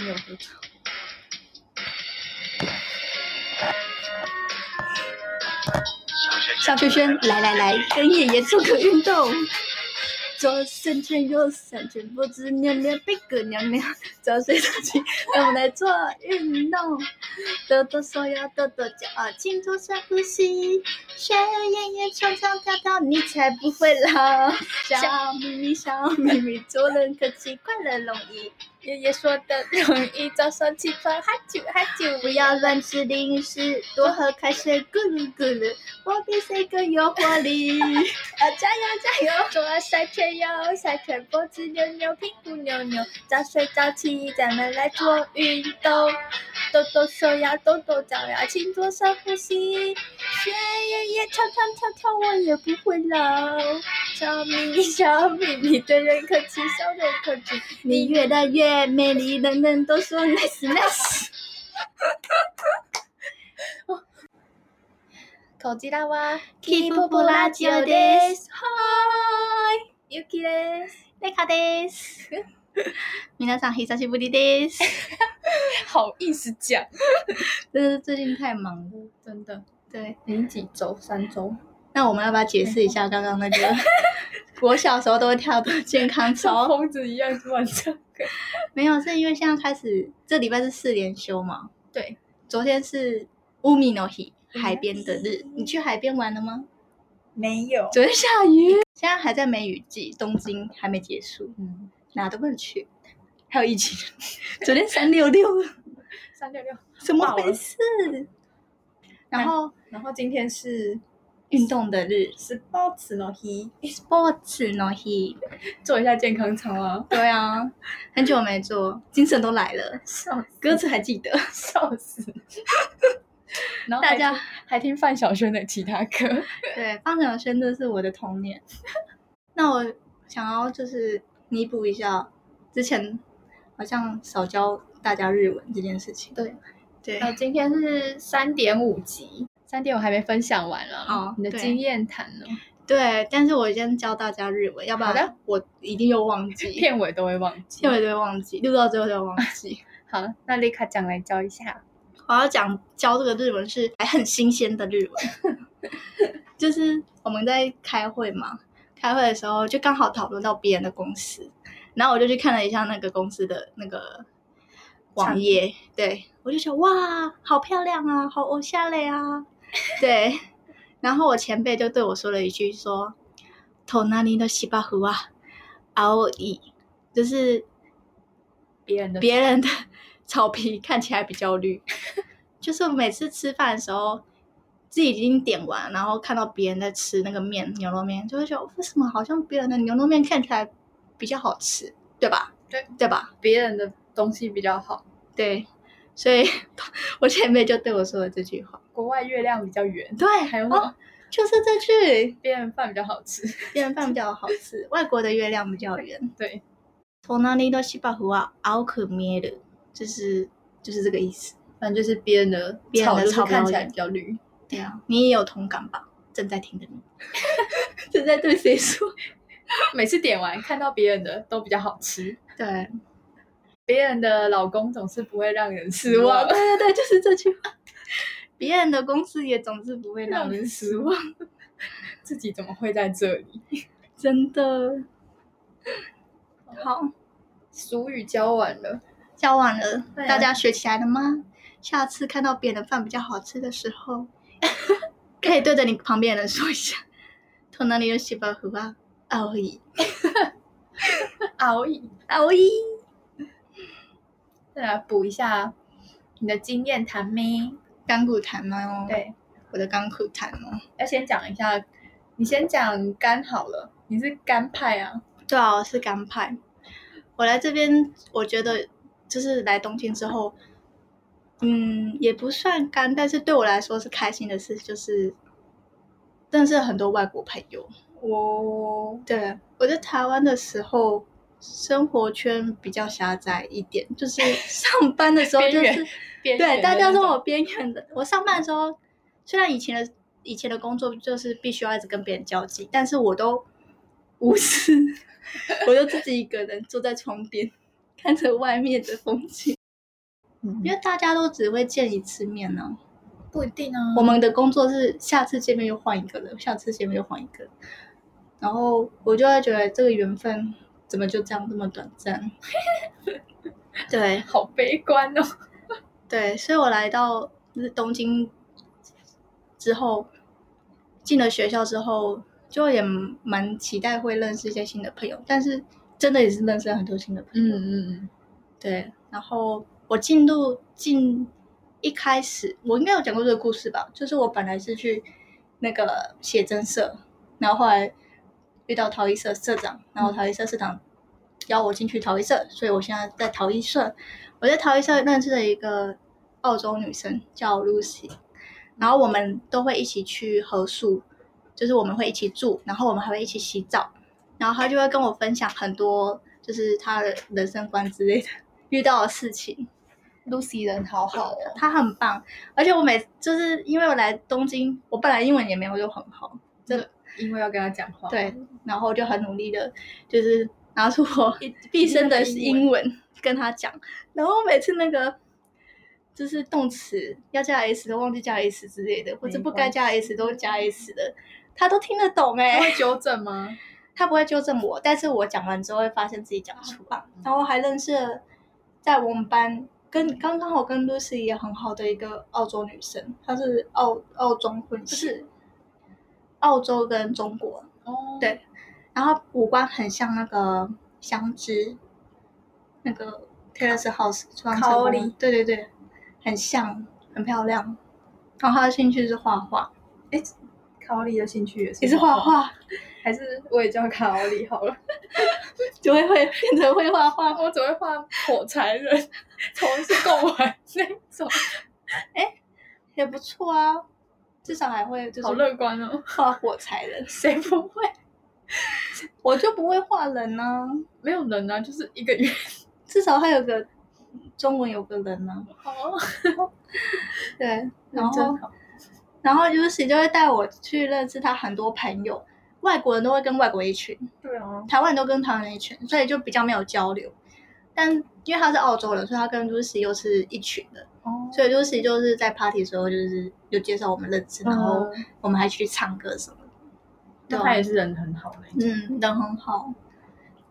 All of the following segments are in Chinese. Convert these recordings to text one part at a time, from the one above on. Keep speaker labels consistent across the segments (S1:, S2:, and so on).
S1: 没有喝茶。小轩轩，来来来，跟爷爷做个运动。左三圈，右三圈，脖子扭扭，屁股扭扭，早睡早起，让我们来做运动。抖抖手呀，抖抖脚啊，轻松深呼吸。学爷爷唱唱跳跳，你才不会老。小秘密，小秘密，做人客气，快乐容易。
S2: 爷爷说的容易，早上起床哈啾哈啾，
S1: 不要乱吃零食，多喝开水，咕噜咕噜，我比谁更有活力。
S2: 啊，加油加油！左甩圈右甩圈，脖子扭扭，屁股扭扭，早睡早起，咱们来做运动，抖抖手呀，抖抖脚呀，请做深呼吸。学爷爷唱唱跳跳，我也不会老。小秘密，小秘密，对人客气，小人客气，
S1: 你越来越美丽，人人都说 nice nice。
S2: こちらは。
S1: キーポポラジオです
S2: はーい、ゆきです。
S1: レ卡です。皆さん久しぶり です。
S2: 好意思讲，
S1: 真是最近太忙了，
S2: 真的，
S1: 对。
S2: 零几周，三周，
S1: 那我们要不要解释一下刚刚那个？ 我小时候都会跳的健康
S2: 像
S1: 操，
S2: 疯子一样乱唱歌。
S1: 没有，是因为现在开始这礼拜是四连休嘛？
S2: 对，
S1: 昨天是乌米诺 i 海边的日，你去海边玩了吗？
S2: 没有，
S1: 昨天下雨， 现在还在梅雨季，东京还没结束，
S2: 嗯，
S1: 哪都不能去，还有疫情。 昨天三六六，
S2: 三六六。
S1: 怎么回事？然后
S2: 然后今天是
S1: 运动的日
S2: sports の日，
S1: ，sports の日，
S2: 做一下健康操啊。
S1: 对啊，很久没做，精神都来了，
S2: 笑
S1: 歌词还记得。
S2: 笑死！然后
S1: 大
S2: 大
S1: 家
S2: 家还听范晓萱的其他歌，
S1: 对，方程轩真的是我的童年。 那我想要就是弥补一下之前好像少教大家日文这件事情。
S2: 对
S1: 对，
S2: 呃，今天是三点五集，三点我还没分享完了，
S1: 哦
S2: 你的
S1: 对
S2: 经验谈哦呢？
S1: 对，但是我先教大家日文，要不
S2: 好
S1: 然
S2: 的
S1: 我一定又忘记，
S2: 片尾都会忘记
S1: 片。尾都会忘记，录到最后都会忘记。
S2: 好，那丽卡讲来教一下，
S1: 我要讲教这个日文是还很新鲜的日文，就是我们在开会嘛，开会的时候就刚好讨论到别人的公司，然后我就去看了一下那个公司的那个网页，对我就想哇，好漂亮啊，好欧夏嘞啊，对，然后我前辈就对我说了一句说，头那里的西巴湖啊，熬一就是
S2: 别人的
S1: 别人的 草皮看起来比较绿。 就是每次吃饭的时候，自己已经点完，然后看到别人在吃那个面牛肉面，就会觉得为什么好像别人的牛肉面看起来比较好吃，对吧？
S2: 对
S1: 对吧？
S2: 别人的东西比较好，
S1: 对，所以 我前辈就对我说了这句话，
S2: 国外月亮比较圆，
S1: 对，
S2: 还有什
S1: 哦
S2: 么，
S1: 就是这句，
S2: 别人饭比较好吃，
S1: 别人饭比较好 吃，外国的月亮比较圆。
S2: 对，
S1: 隣の芝生は青く見える，就是就是这个意思。
S2: 反正就是别人的
S1: 别人
S2: 草
S1: 的
S2: 就是
S1: 草
S2: 看
S1: 比较
S2: 起来
S1: 圆
S2: 比较绿，
S1: 对啊，你也有同感吧？正在听的你， 正在对谁说？
S2: 每次点完看到别人的都比较好吃，
S1: 对，
S2: 别人的老公总是不会让人失
S1: 失望。
S2: 望
S1: 对。对对， 就是这句话。别人的公司也总是不会让
S2: 让
S1: 人
S2: 人
S1: 失
S2: 失
S1: 望
S2: 望，，自己怎么会在这里？
S1: 真的。好，
S2: 俗语教完了，
S1: 教完了，
S2: 对啊
S1: 大家学起来了吗？下次看到别人的饭比较好吃的时候， 可以对着你旁边的人说一下：“从哪里有西巴湖啊？奥义，
S2: 熬夜，
S1: 奥义。
S2: 再来补一下你的经验谈咩？”
S1: 干苦谈哦，，
S2: 对，
S1: 我的干苦谈哦。
S2: 要先讲一下，你先讲干好了，你是干派啊？
S1: 对啊，我是干派。我来这边，我觉得就是来东京之后，嗯，也不算干，但是对我来说是开心的事，就是认识了很多外国朋友。
S2: 我
S1: 对，我在台湾的时候，生活圈比较狭窄一点，就是上班的时候就
S2: 边缘
S1: 是
S2: 边缘
S1: 对
S2: 的
S1: 大家
S2: 那
S1: 说
S2: 种
S1: 我边缘的。我上班的时候，虽然以前的以前的工作就是必须要一直跟别人交际，但是我都无视， 我就自己一个人坐在窗边，看着外面的风景。
S2: 嗯
S1: 因为大家都只会见一次面呢、
S2: 不一定啊。
S1: 我们的工作是下次见面又换一个人，下次见面又换一个人，然后我就会觉得这个缘分怎么就这样这么短暂？ 对
S2: 好悲观哦。
S1: 对，所以我来到就是东京之后，进了学校之后，就也蛮期待会认识一些新的朋友，但是真的也是认识了很多新的朋友。
S2: 嗯
S1: 对，然后我进入进一开始，我应该有讲过这个故事吧？就是我本来是去那个写真社，然后后来遇到陶艺社社长，然后陶艺社社长邀我进去陶艺社，所以我现在在陶艺社。我在陶艺社认识了一个澳洲女生叫 Lucy，然后我们都会一起去合宿，就是我们会一起住，然后我们还会一起洗澡，然后她就会跟我分享很多就是她的人生观之类的。遇到的事情，
S2: 嗯，Lucy 人好好哦。
S1: 他很棒。而且我每就是因为我来东京，我本来英文也没有就很好，
S2: 因为要跟他讲话。
S1: 对，然后就很努力的，就是拿出我
S2: 一，
S1: 毕生的
S2: 英
S1: 英文跟他讲。然后每次那个就是动词要加 s 都忘记加 s 之类的，或者不该加 s 都加 s 的，他都听得懂哎、
S2: 他会纠正吗？
S1: 他不会纠正我，但是我讲完之后会发现自己讲错啊。然后还认识了在我们班跟刚刚好跟 Lucy 也很好的一个澳洲女生，她是澳澳中混血，是澳洲跟中国，
S2: 哦
S1: 对然后五官很像那个香知，那个 Taylor House 穿成功
S2: Kaori
S1: 对对对，很像，很漂亮。然后她的兴趣是画画，
S2: 卡奥利的兴趣也是
S1: 也是画，画，
S2: 还是我也叫卡奥利好了。
S1: 就会会变成会画画。
S2: 我只会画火柴人，从是购买那种，
S1: 也不错啊，至少还会就是
S2: 好 乐观哦。
S1: 画火柴人，
S2: 谁不会？
S1: 我就不会画人呢、
S2: 没有人啊，就是一个月。
S1: 至少还有个中文有个人呢、
S2: 哦，
S1: 对，然
S2: 然
S1: 后
S2: 后
S1: 然后 Lucy 就会带我去认识他很多朋友，外国人都会跟外国一群，
S2: 对啊，
S1: 台湾人都跟台湾人一群，所以就比较没有交流。但因为他是澳洲人，所以他跟 Lucy 又是一群的，
S2: 哦
S1: 所以 Lucy 就是在 party 的时候就是有介绍我们认识，然后
S2: 嗯
S1: 我们还去唱歌什么的。对
S2: 那
S1: 啊
S2: 他也是人很好的，
S1: 嗯，人很好。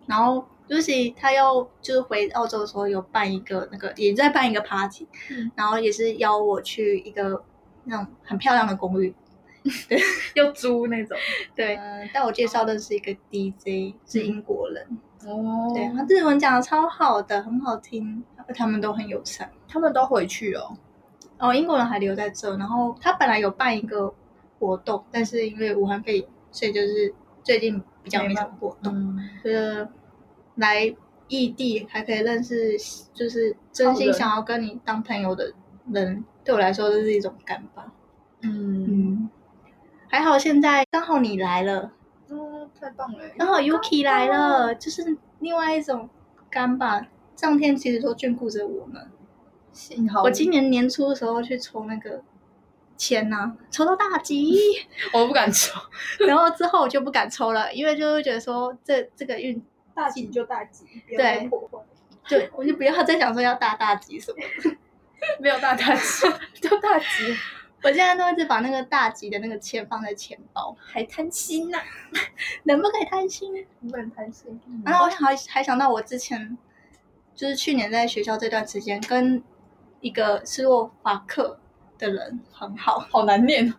S1: 然后 Lucy 她要就是回澳洲的时候有办一个那个也在办一个 party，、
S2: 嗯
S1: 然后也是邀我去一个那种很漂亮的公寓，
S2: 又租那种。
S1: 对，呃带、我介绍认识一个 DJ 是英国人，
S2: 哦
S1: 对，他日文讲的超好的，很好听，他们都很友善。
S2: 他们都回去哦。
S1: 哦，英国人还留在这，然后他本来有办一个活动，但是因为武汉肺炎，所以就是最近比较没什么活动。
S2: 嗯，
S1: 觉得来异地还可以认识，就是真心想要跟你当朋友的人，对我来说这是一种感吧。
S2: 嗯，
S1: 嗯，还好现在刚好你来了，
S2: 哦，太棒了！
S1: 刚好 Yuki 来了，就是另外一种干吧。上天其实都眷顾着我们。
S2: 幸好
S1: 我今年年初的时候去抽那个签呐、抽到大 吉，
S2: 我不敢抽，
S1: 然后之后我就不敢抽了，因为就会觉得说这这个运
S2: 大吉就大吉，不
S1: 要再
S2: 破坏。
S1: 对，我就不要再想说要大大吉什么的。
S2: 没有大大吉， 就大吉，
S1: 我现在都一直把那个大吉的那个钱放在钱包，
S2: 还贪心呐、
S1: 能不可以贪心？
S2: 你不能贪心。嗯
S1: 然后我还还想到我之前，就是去年在学校这段时间，跟一个斯洛伐克的人很好，
S2: 好难念哦，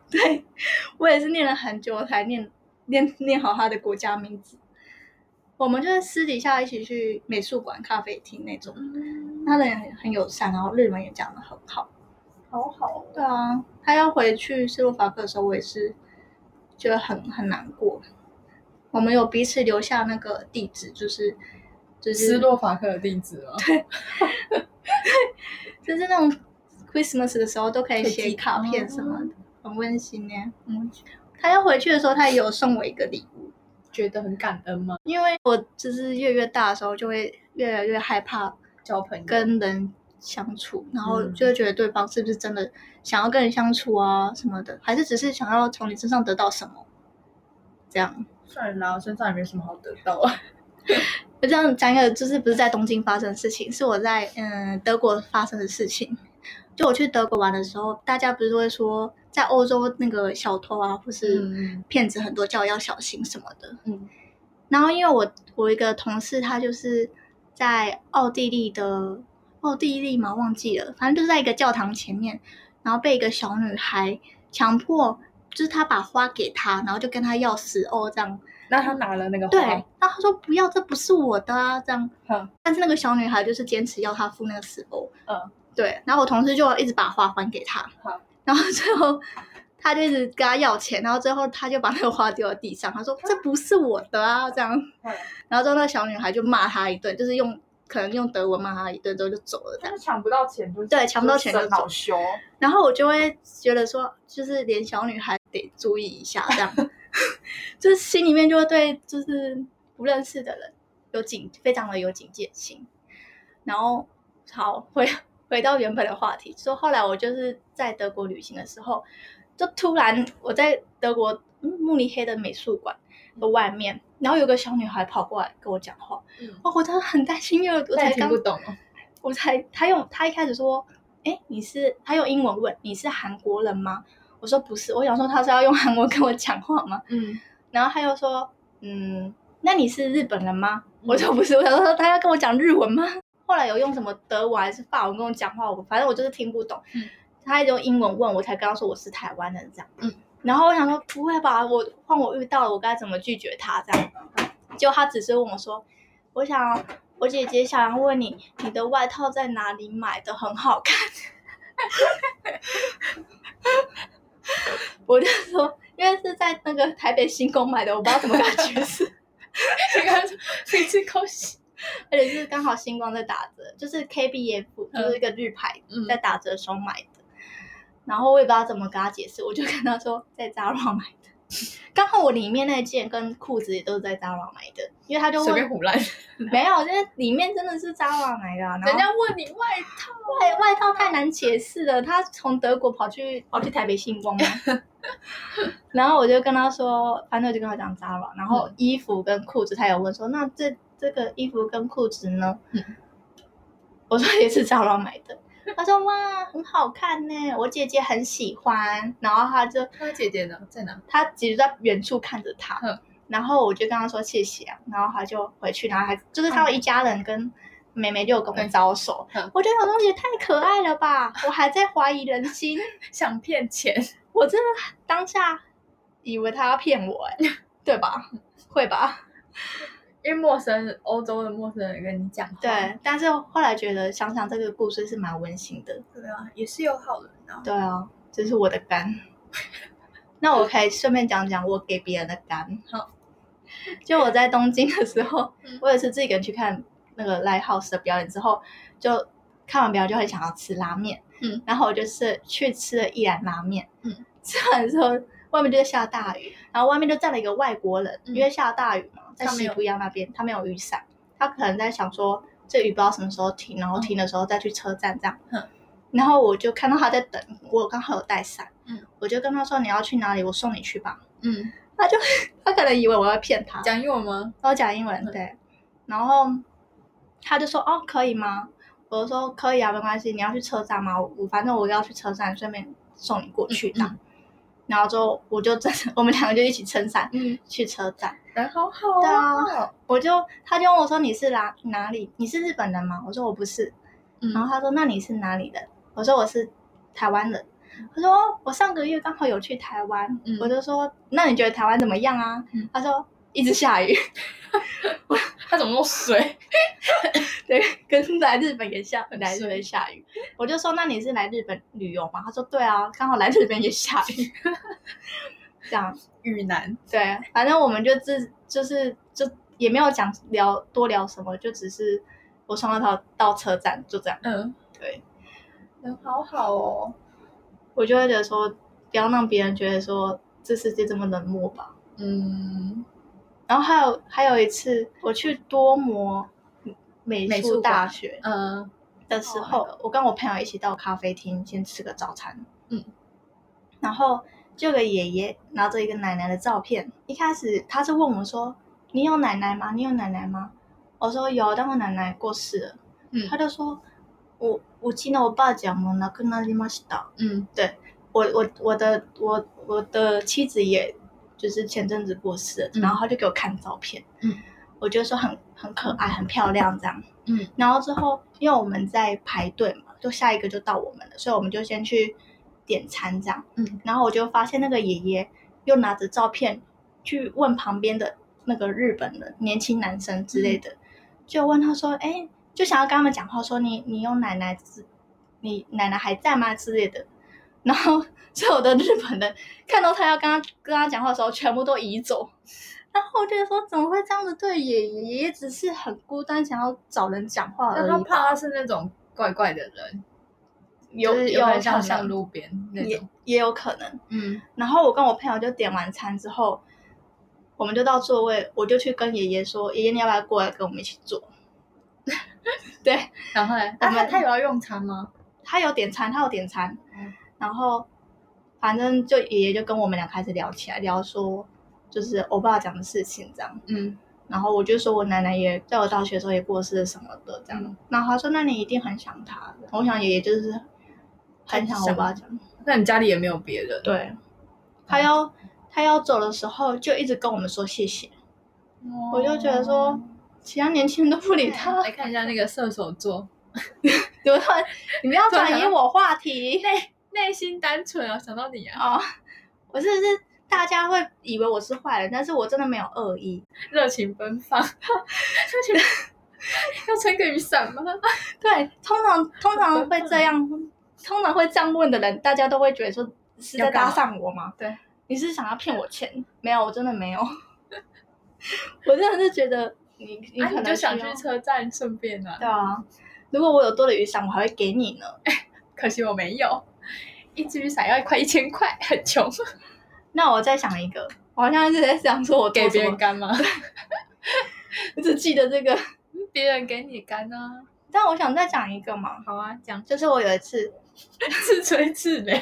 S1: 我也是念了很久才念念念好他的国家名字。我们就是私底下一起去美术馆、咖啡厅那种，
S2: 嗯
S1: 他人也很很友善，然后日文也讲的很好。
S2: 好好。
S1: 对啊，他要回去斯洛伐克的时候，我也是觉得很很难过。我们有彼此留下那个地址，就是就是
S2: 斯洛伐克的哦地址吗？
S1: 就是那种 Christmas 的时候都可以
S2: 可以寄
S1: 写卡哦片什么的，很温馨呢。
S2: 嗯，
S1: 他要回去的时候，他也有送我一个礼物，
S2: 觉得很感恩吗？
S1: 因为我就是越越大的时候，就会越来越害怕
S2: 交朋友
S1: 跟人相处，然后
S2: 嗯
S1: 就会觉得对方是不是真的想要跟人相处啊什么的，还是只是想要从你身上得到什么，这样。
S2: 算了啦，我身上也没什么好得到啊。
S1: 我这样讲一个，就是不是在东京发生的事情，是我在嗯德国发生的事情。就我去德国玩的时候，大家不是都会说，在欧洲那个小偷啊，或是
S2: 嗯
S1: 骗子很多，叫我要小心什么的。
S2: 嗯
S1: 然后因为我我一个同事，他就是在奥地利的奥地利嘛，忘记了，反正就是在一个教堂前面，然后被一个小女孩强迫，就是他把花给她，然后就跟她要十欧这样。
S2: 那他拿了那个
S1: 对，
S2: 花，
S1: 然后他说不要，这不是我的啊，这样。
S2: 哼
S1: 但是那个小女孩就是坚持要他付那个十欧。
S2: 嗯，
S1: 对。然后我同事就一直把花还给他
S2: 好，
S1: 然后最后他就一直跟他要钱，然后最后他就把那个花丢在地上，他说这不是我的啊，这样。
S2: 嗯
S1: 然后之后那个小女孩就骂他一顿，就是用可能用德文骂他一顿之后就走了这
S3: 但
S1: 样。
S3: 是抢不到钱就
S1: 对抢不到钱就
S3: 生恼羞，
S1: 然后我就会觉得说，就是连小女孩得注意一下，这样， 就是心里面就会对就是不认识的人有警，非常的有警戒心。然后好回回到原本的话题，说后来我就是在德国旅行的时候，就突然我在德国嗯慕尼黑的美术馆的外面，然后有个小女孩跑过来跟我讲话，哦
S2: 嗯
S1: 哇，我当时很担心，因为我
S2: 那
S1: 才
S2: 你听
S1: 刚
S2: 不懂哦。
S1: 我才他用他一开始说，哎，你是他用英文问你是韩国人吗？我说不是，我想说他是要用韩文跟我讲话吗？
S2: 嗯，
S1: 然后他又说，嗯，那你是日本人吗？
S2: 嗯
S1: 我说不是，我想说他要跟我讲日文吗？后来有用什么德文还是法文跟我讲话，我反正我就是听不懂。
S2: 嗯
S1: 他一直用英文问我，才跟他说我是台湾人这样。
S2: 嗯，
S1: 然后我想说不会吧，我换我遇到了，我该怎么拒绝他这样？结果他只是问我说，我想我姐姐想要问你，你的外套在哪里买的，很好看。 我就说，因为是在那个台北新宫买的，我不知道怎么跟他解 释。
S2: 这个飞机恭喜。
S1: 而且是刚好星光在打折，就是 KBF，就是一个日牌
S2: 嗯
S1: 在打折的时候买的。然后我也不知道怎么跟他解释，我就跟他说在 Zara 买的。 刚好我里面那件跟裤子也都是在 Zara 买的，因为他就
S2: 随便
S1: 问
S2: 胡乱，
S1: 没有，就是里面真的是 Zara 买的啊、然
S2: 人
S1: 后
S2: 家问你外套，
S1: 外外套太难解释了，他从德国跑去跑去台北星光吗？然后我就跟他说，反正我就跟他讲 Zara，然后衣服跟裤子，他有问说，那这这个衣服跟裤子呢？
S2: 嗯
S1: 我说也是 Zara 买的，他说哇，很好看呢，我姐姐很喜欢，然后他就
S2: 他姐姐呢？在哪？
S1: 他其实在远处看着他，
S2: 嗯
S1: 然后我就跟他说谢谢啊，然后他就回去，然后还就是他们一家人跟妹妹就有跟我招手，
S2: 嗯嗯
S1: 我觉得小东西也太可爱了吧，我还在怀疑人心，
S2: 想骗钱，
S1: 我真的当下以为他要骗我、 欸，对吧？会吧？
S2: 因为陌生人欧洲的陌生人跟你讲话，
S1: 对，但是后来觉得想想这个故事是蛮温馨的，
S2: 对啊，也是有好人啊。
S1: 对啊，这是我的 肝。那我可以顺便讲讲我给别人的肝。
S2: 好，
S1: 就我在东京的时候
S2: 嗯，
S1: 我有一次自己一个人去看那个 Live House 的表演之后，就看完表演就很想要吃拉面。
S2: 嗯，
S1: 然后我就是去吃了一兰拉面。
S2: 嗯，
S1: 吃完之后外面就在下大雨，然后外面就站了一个外国人，
S2: 嗯
S1: 因为下大雨嘛，在
S2: 他没
S1: 西
S2: 有
S1: 不亚那边他没有雨伞，他可能在想说这雨不知道什么时候停，然后停的时候再去车站这样。
S2: 嗯
S1: 然后我就看到他在等我，刚好有带伞，
S2: 嗯，
S1: 我就跟他说你要去哪里，我送你去吧。
S2: 嗯，
S1: 他就 他可能以为我要骗他，
S2: 讲英文吗？
S1: 我讲英文
S2: 嗯
S1: 对，然后他就说哦可以吗？我就说可以啊，没关系，你要去车站吗？我反正我要去车站，顺便送你过去的。
S2: 嗯
S1: 然后之后我就真的，我们两个就一起撑伞
S2: 嗯，
S1: 去车站。
S2: 人好好
S1: 对
S2: 哦。
S1: 啊，我就他就问我说你是哪哪里？你是日本人吗？我说我不是。然后
S2: 嗯，
S1: 他说：“那你是哪里人？”我说：“我是台湾人。”他说哦：“我上个月刚好有去台湾。
S2: 嗯
S1: 我就说：“那你觉得台湾怎么样啊？”
S2: 嗯
S1: 他说：“一直下雨，
S2: 他怎么那么水？
S1: 对，跟来日本也下，
S2: 很
S1: 来日
S2: 顺
S1: 本下雨。”我就说：“那你是来日本旅游吗？”他说：“对啊，刚好来日本也下雨。” 这样
S2: 雨男，
S1: 对，反正我们就自就是就也没有讲聊多聊什么，就只是我送他到到车站就这样。
S2: 嗯，
S1: 对，
S2: 人好好哦。
S1: 我就会觉得说，不要让别人觉得说这世界这么冷漠吧。
S2: 嗯，
S1: 然后还有还有一次，我去多摩美
S2: 美
S1: 术
S2: 术
S1: 大
S2: 馆
S1: 学
S2: 嗯，
S1: 的时候，
S2: 哦
S1: 我跟我朋友一起到咖啡厅先吃个早餐，
S2: 嗯，
S1: 然后就有个爷爷拿着一个奶奶的照片，一开始他是问我说：“你有奶奶吗？你有奶奶吗？”我说有，但我奶奶过世了。
S2: 嗯
S1: 他就说，我我记得我爸讲我那个那里ました。
S2: 嗯
S1: 我我我的我我的妻子也就是前阵子过世了，
S2: 嗯
S1: 然后他就给我看照片，
S2: 嗯，
S1: 我就说很很可爱，很漂亮这样，
S2: 嗯，
S1: 然后之后因为我们在排队嘛，就下一个就到我们了，所以我们就先去点餐这样，
S2: 嗯，
S1: 然后我就发现那个爷爷又拿着照片去问旁边的那个日本人年轻男生之类的，
S2: 嗯
S1: 就问他说，哎，就想要跟他们讲话说你你有奶奶之，你奶奶还在吗之类的。然后所有的日本人看到他要跟他跟他讲话的时候，全部都移走。然后我就说，怎么会这样子对爷爷？爷爷只是很孤单，想要找人讲话而
S2: 但
S1: 已
S2: 他
S1: 吧。
S2: 怕他是那种怪怪的人，
S1: 有
S2: 就是
S1: 有
S2: 有点
S1: 可
S2: 像像
S1: 能，
S2: 路边那
S1: 也
S2: 种。
S1: 也有可能。
S2: 嗯
S1: 然后我跟我朋友就点完餐之后，我们就到座位，我就去跟爷爷说：“爷爷，你要不要过来跟我们一起坐？” 对，
S2: 然后嘞，
S1: 我
S2: 那
S1: 们
S2: 他他有要用餐吗？
S1: 他有点餐，他有点餐，
S2: 嗯
S1: 然后反正就爷爷就跟我们俩开始聊起来，聊说就是欧巴讲的事情这样。
S2: 嗯
S1: 然后我就说我奶奶也在我大学的时候也过世了什么的这样。
S2: 嗯
S1: 然后他说那你一定很想他，我想爷爷就是很想欧巴讲。
S2: 那你家里也没有别人？
S1: 对，他要他要走的时候就一直跟我们说谢谢，
S2: 哦，
S1: 我就觉得说其他年轻人都不理他，
S2: 啊来看一下那个射手座，
S1: 你 们你们要
S2: 突然
S1: 转移
S2: 想
S1: 我话 题。
S2: 内心单纯啊，想到你啊，
S1: 哦，我是不是大家会以为我是坏人？但是我真的没有恶意。
S2: 热情奔放， 热情。 要撑个雨伞吗？
S1: 对，通常通常会这样， 通常会这样问的人，大家都会觉得说是在
S2: 要干
S1: 搭
S2: 嘛
S1: 讪我吗？
S2: 对，
S1: 你是想要骗我钱？没有，我真的没有。 我真的是觉得你，你
S2: 啊，
S1: 可
S2: 你
S1: 能
S2: 就想
S1: 需
S2: 去
S1: 要
S2: 车站，顺便啊。
S1: 对啊。如果我有多的雨伞，我还会给你呢。
S2: 可惜我没有，一支雨伞要快一千块，很穷。
S1: 那我再想一个，我好像一直在想说我做
S2: 给别
S1: 什
S2: 人
S1: 么，
S2: 干吗？
S1: 我只记得这个。
S2: 别人给你干啊。
S1: 但我想再讲一个嘛，
S2: 好啊，讲
S1: 就是我有一次，
S2: 自吹自 擂，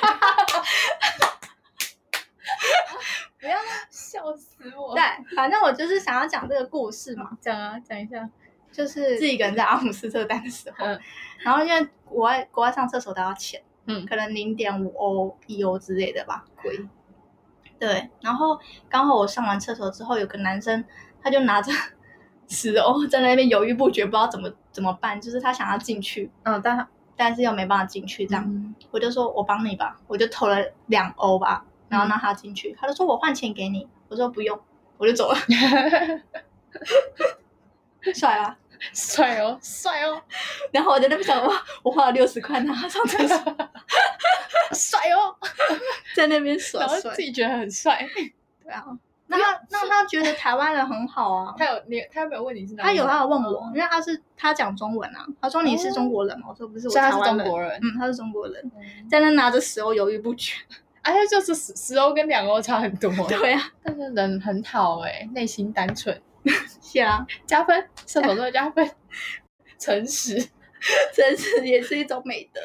S1: 不要
S2: 笑死我。
S1: 对，反正我就是想要讲这个故事嘛，
S2: 讲啊，讲一下。
S1: 就是自己一个人在阿姆斯特丹的时候，
S2: 嗯
S1: 然后因为国外国外上厕所都要钱，
S2: 嗯
S1: 可能零点五欧、一欧之类的吧。
S2: 鬼。
S1: 对，然后刚好我上完厕所之后，有个男生他就拿着 十欧在那边犹豫不决，不知道怎么怎么办，就是他想要进去，
S2: 嗯，但他
S1: 但是又没办法进去，这样、
S2: 嗯
S1: 我就说我帮你吧，我就投了两欧吧，然后让他进
S2: 嗯
S1: 去，他就说我换钱给你，我说不用，我就走 了，帅吧？
S2: 帅哦，帅哦，
S1: 然后我在那边想，哇，我花了六十块拿他上 厕所，
S2: 帅哦，
S1: 在那边耍
S2: 然后自
S1: 帅。
S2: 己觉得很帅。
S1: 对啊，那他那他觉得台湾人很好 啊。
S2: 他有你，他有没有问你是哪？哦
S1: 他有，他，有问我，因为他是他讲中文啊，他说你是中国人吗？我说不是，我
S2: 所以他
S1: 台
S2: 是
S1: 湾
S2: 中
S1: 人。
S2: 国人。
S1: 嗯，他是中国人，
S2: 嗯
S1: 在那拿着石头犹豫不决。
S2: 而且啊就是十十欧跟两欧差很多，
S1: 对啊，
S2: 但是人很好哎，内心单纯，
S1: 是啊，
S2: 加分，射手座加分，诚实。
S1: 真是也是一种美德。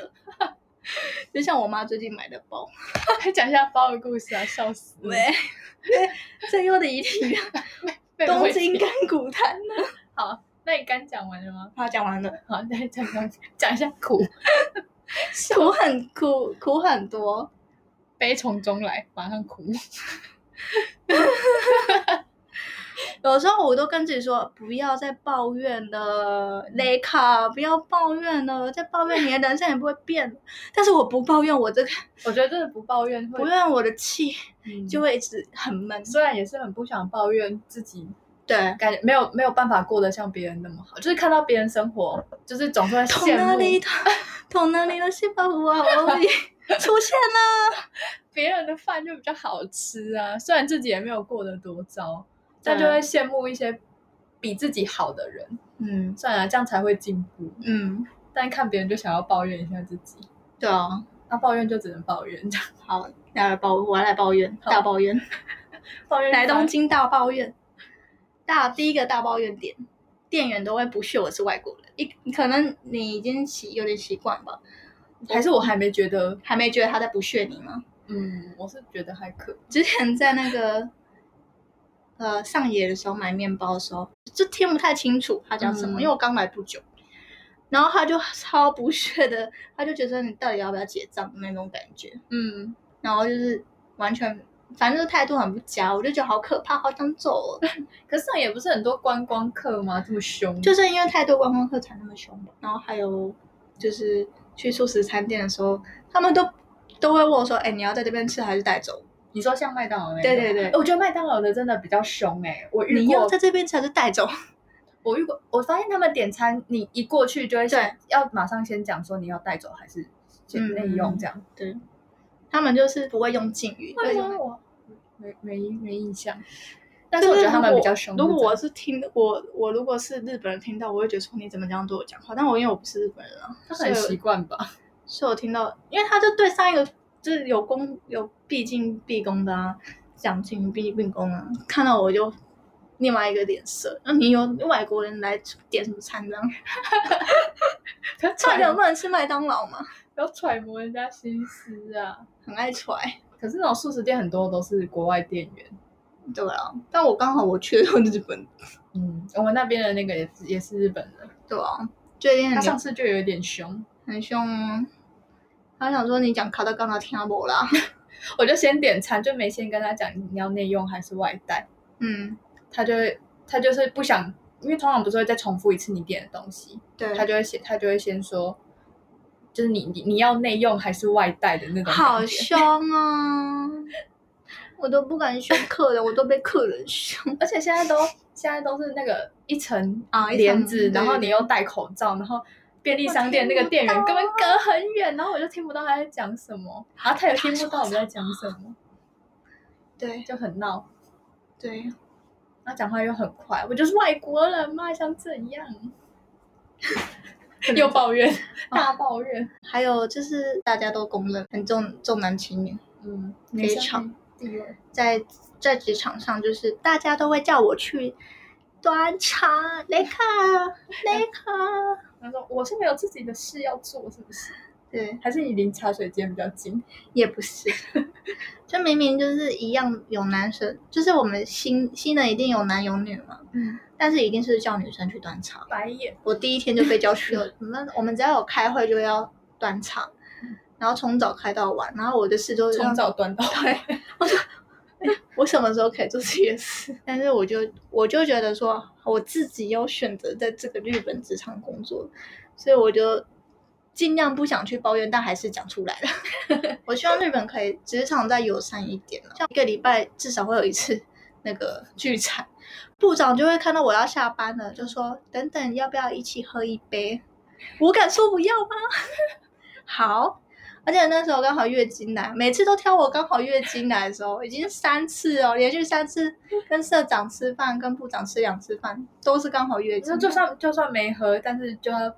S1: 就像我妈最近买的包，
S2: 还讲一下包的故事啊，笑死我！
S1: 喂，最后的一题，
S2: 被人
S1: 东
S2: 会
S1: 京干股谈呢？
S2: 好，那你 刚讲完了吗？
S1: 好，讲完 了，
S2: 好，再讲讲讲一下苦，
S1: 苦很苦苦很多，
S2: 悲从中来，马上苦。
S1: 有时候我都跟自己说，不要再抱怨了，雷卡，不要抱怨了，再抱怨你的人生也不会变。但是我不抱怨我这个，
S2: 我觉得真的不抱怨
S1: 不
S2: 会，
S1: 怨我的气
S2: 嗯
S1: 就会一直很闷。
S2: 虽然也是很不想抱怨自己，
S1: 对，
S2: 感觉没有没有办法过得像别人那么好，就是看到别人生活，就是总是会
S1: 从
S2: 羡
S1: 哪里
S2: 慕
S1: 的，从哪里的细胞啊，我已出现了。
S2: 别人的饭就比较好吃啊。虽然自己也没有过得多糟，但就
S1: 对
S2: 会羡慕一些比自己好的人。
S1: 嗯
S2: 算了，这样才会进步。
S1: 嗯，
S2: 但看别人就想要抱怨一下自己，
S1: 对啊，
S2: 那、抱怨就只能抱怨，这样
S1: 好，来呃抱，我要来抱怨，
S2: 好
S1: 大抱怨，
S2: 抱 怨
S1: 来
S2: 一番
S1: 东京大抱怨，大第一个大抱怨点。店员都会不屑我是外国人，一可能你已经习有点习惯吧，
S2: 还是我还没觉得，
S1: 还没觉得他在不屑你吗？
S2: 嗯，我是觉得还可以。
S1: 之前在那个呃上野的时候买面包的时候，就听不太清楚他讲什么，
S2: 嗯
S1: 因为我刚来不久。然后他就超不屑的，他就觉得你到底要不要结账那种感觉。
S2: 嗯，
S1: 然后就是完全，反正就是态度很不佳，我就觉得好可怕，好想走哦。
S2: 可是上也不是很多观光客吗？这么凶，
S1: 就是因为太多观光客才那么凶吧。然后还有就是去素食餐店的时候，他们都都会问我说：“哎、你要在这边吃还是带走
S2: 你说像麦当劳那？”种
S1: 对对对
S2: 哎，我觉得麦当劳的真的比较凶哎、我遇
S1: 你要
S2: 过
S1: 在这边吃还是带走？
S2: 我遇过，我发现他们点餐，你一过去就会
S1: 对
S2: 先要马上先讲说你要带走还是先内用这样。
S1: 对， 他们就是不会用敬语。
S2: 为什
S1: 对啊
S2: 么我没没没印象？但是我觉得他们比较凶。
S1: 如果我
S2: 我
S1: 是听我我如果是日本人听到，我会觉得说你怎么这样对我讲话？但我因为我不是日本人啊，
S2: 他很
S1: 所以我
S2: 习 惯吧？
S1: 是我听到，因为他就对上一个就是有功有毕竟毕恭的啊，讲进毕毕恭啊，看到我就另外一个脸色。那你有外国人来点什么餐这样？踹人不能吃麦当劳吗？
S2: 不 要揣摩人家心思啊！
S1: 很爱踹，
S2: 可是那种素食店很多都是国外店员，
S1: 对啊。但我刚好我去的日本，
S2: 嗯，我们那边的那个也是也是日本人，
S1: 对啊，最近
S2: 他
S1: 很
S2: 上次就有点凶，
S1: 很凶啊。他想说你讲卡到刚才听不啦？
S2: 我就先点餐，就没先跟他讲你要内用还是外带。
S1: 嗯，
S2: 他就会他就是不想，因为通常不是会再重复一次你点的东西，
S1: 对，
S2: 他就会先他就会先说，就是你你你要内用还是外带的那种感觉。
S1: 好凶啊！ 我都不敢凶客人，我都被客人凶。
S2: 而且现在都现在都是那个一层
S1: 啊一层
S2: 帘
S1: 对
S2: 子，然后你又戴口罩，然后便利商店
S1: 我
S2: 那
S1: 听
S2: 个店员
S1: 不
S2: 根
S1: 到啊
S2: 本隔很远，然后我就听不到他在讲什么，然后他也听不到我们在讲什么，
S1: 对
S2: 就很闹。
S1: 对，
S2: 他讲话又很快，我就是外国人嘛，想怎样？又抱怨， 大抱怨。
S1: 还有就是大家都公认很重重男轻女，
S2: 嗯，
S1: 非常
S2: 地位。
S1: 在在职场上就是大家都会叫我去端茶，雷卡雷卡，
S2: 他说我是没有自己的事要做，是不是？
S1: 对，
S2: 还是你离茶水间比较近？
S1: 也不是， 就明明就是一样有男生，就是我们新新人一定有男有女嘛，
S2: 嗯，
S1: 但是一定是叫女生去端茶。
S2: 白眼。
S1: 我第一天就被叫去 了，我们我们只要有开会就要端茶，然后从早开到晚，然后我的事就是
S2: 从早端到晚，
S1: 我什么时候可以做这件事？但是我就我就觉得说，我自己有选择在这个日本职场工作，所以我就尽量不想去抱怨，但还是讲出来了。 我希望日本可以职场再友善一点了，啊像一个礼拜至少会有一次 那个聚餐，部长就会看到我要下班了，就说等等要不要一起喝一杯？我敢说不要吗？ 好，而且那时候刚好月经来，每次都挑我刚好月经来的时候，已经三次哦，连续三次跟社长吃饭，跟部长吃两次饭，都是刚好月经
S2: 就
S1: 来。
S2: 就算就算没喝，但是就要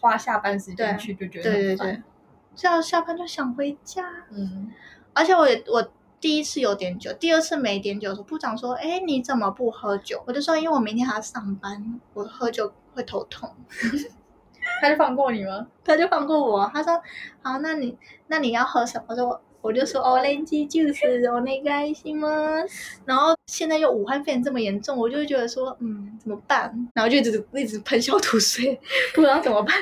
S2: 花下班时间去，就觉得
S1: 对对
S2: 很烦
S1: 对，，这样下班就想回家。
S2: 嗯，
S1: 而且我也我第一次有点酒，第二次没点酒的时候，部长说：“哎，你怎么不喝酒？”我就说：“因为我明天还要上班，我喝酒会头痛。”
S2: 他就放过你吗？
S1: 他就放过我，他说：“好，那你那你要喝什么？”我说：“我就说 orange juice，我哦那个什么。”然后现在又武汉肺炎这么严重，我就会觉得说，嗯，怎么办？然后就一直一直喷消毒水，不知道怎么办，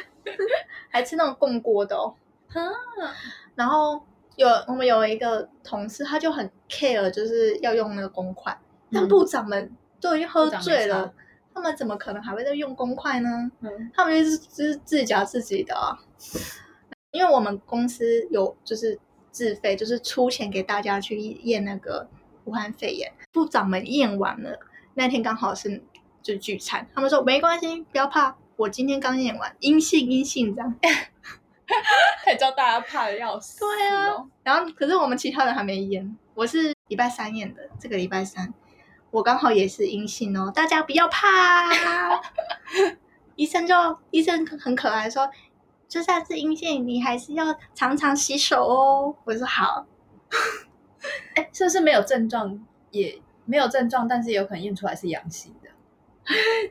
S1: 还吃那种共锅的哦。然后有我们有一个同事，他就很 care，就是要用那个公筷，但
S2: 嗯
S1: 部长们都已经喝
S2: 部长没
S1: 醉
S2: 差
S1: 了，他们怎么可能还会再用公筷呢？
S2: 嗯，
S1: 他们就是就是自己夹自己的、啊，因为我们公司有就是自费，就是出钱给大家去验那个武汉肺炎。部长们验完了，那天刚好是就聚餐，他们说没关系，不要怕，我今天刚验完，阴性阴性这样。
S2: 他也知道大家怕的要死、哦
S1: 对啊，然后可是我们其他人还没验，我是礼拜三验的，这个礼拜三我刚好也是阴性哦，大家不要怕。 医生就医生很可爱说，就算是阴性，你还是要常常洗手哦。我说好，
S2: 哎、是不是没有症状也没有症状，但是有可能验出来是阳性的，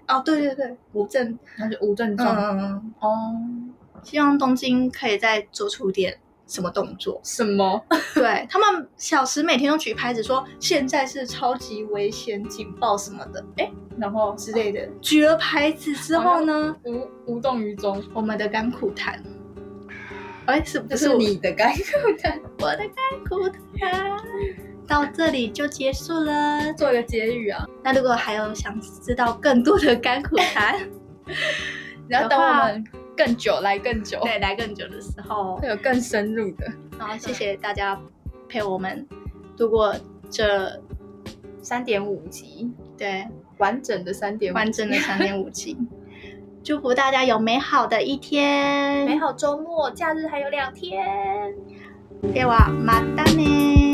S1: 哦对对对，无症，
S2: 那就无症
S1: 嗯
S2: 状、
S1: 嗯嗯，
S2: 哦。。
S1: 希望东京可以再做出点什么动作
S2: 什么？
S1: 对他们小时每天都举牌子说现在是超级危险警报什么的，哎，
S2: 然后
S1: 之类的。举了牌子之后呢，
S2: 无无动于衷。
S1: 我们的甘苦谈，哎，是不
S2: 这
S1: 是
S2: 是
S1: 我
S2: 你的甘苦谈，我的甘苦谈。
S1: 到这里就结束了？
S2: 做个结语啊，
S1: 那如果还有想知道更多的甘苦谈，
S2: 然后等我们更久来更久，
S1: 对，来更久的时候
S2: 会，有更深入的
S1: 然后谢谢大家陪我们度过这
S2: 三点五集，
S1: 对
S2: 完整的三点五，
S1: 完整的三点五 集。祝福大家有美好的一天，
S2: 美好周末，假日还有两天。
S1: ではまたね